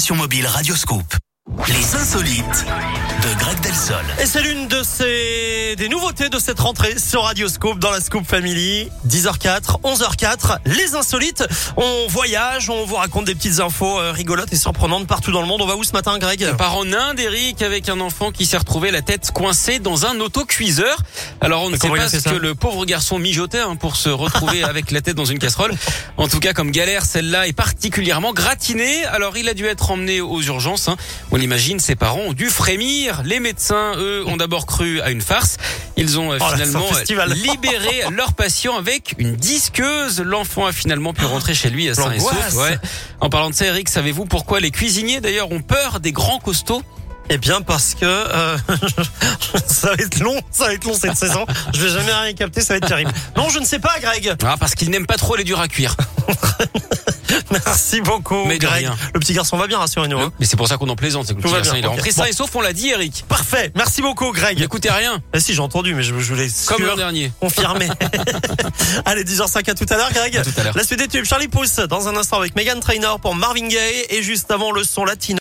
l'application mobile Radioscope. Les insolites de Greg Delsol. Et c'est l'une de ces des nouveautés de cette rentrée sur Radioscope dans la Scoop Family. 10h04, 11h04, les insolites. On voyage, on vous raconte des petites infos euh, rigolotes et surprenantes partout dans le monde. On va où ce matin, Greg On part en Inde, Eric, avec un enfant qui s'est retrouvé la tête coincée dans un autocuiseur. Alors on ne sait comment il a pas fait ce ça que le pauvre garçon mijotait hein, pour se retrouver avec la tête dans une casserole. En tout cas, comme galère, celle-là est particulièrement gratinée. Alors il a dû être emmené aux urgences. hein. On l'imagine, ses parents ont dû frémir. Les médecins, eux, ont d'abord cru à une farce. Ils ont euh, Oh là, finalement c'est un euh, festival. libéré leur patient avec une disqueuse. L'enfant a finalement pu rentrer chez lui à sain et sauf. L'angoisse. Ouais. En parlant de ça, Eric, savez-vous pourquoi les cuisiniers d'ailleurs ont peur des grands costauds Eh bien parce que euh, ça va être long, ça va être long cette saison. Je vais jamais rien capter, ça va être terrible. Non, je ne sais pas, Greg. Ah, parce qu'ils n'aiment pas trop les durs à cuire. Merci beaucoup, Mais de Greg. rien. Le petit garçon va bien, rassurez-nous. hein. Mais c'est pour ça qu'on en plaisante. c'est que le Tout petit va garçon, bien, il est ok. rentré sain Bon. et sauf, on l'a dit, Eric. Parfait. Merci beaucoup, Greg. Il écoutait rien, Ah si, j'ai entendu, mais je, je voulais comme sûr l'an dernier. confirmer. Allez, 10h05 à tout à l'heure, Greg. À tout à l'heure. La suite des tubes, Charlie Pousse, dans un instant avec Megan Trainor pour Marvin Gaye et juste avant le son latino.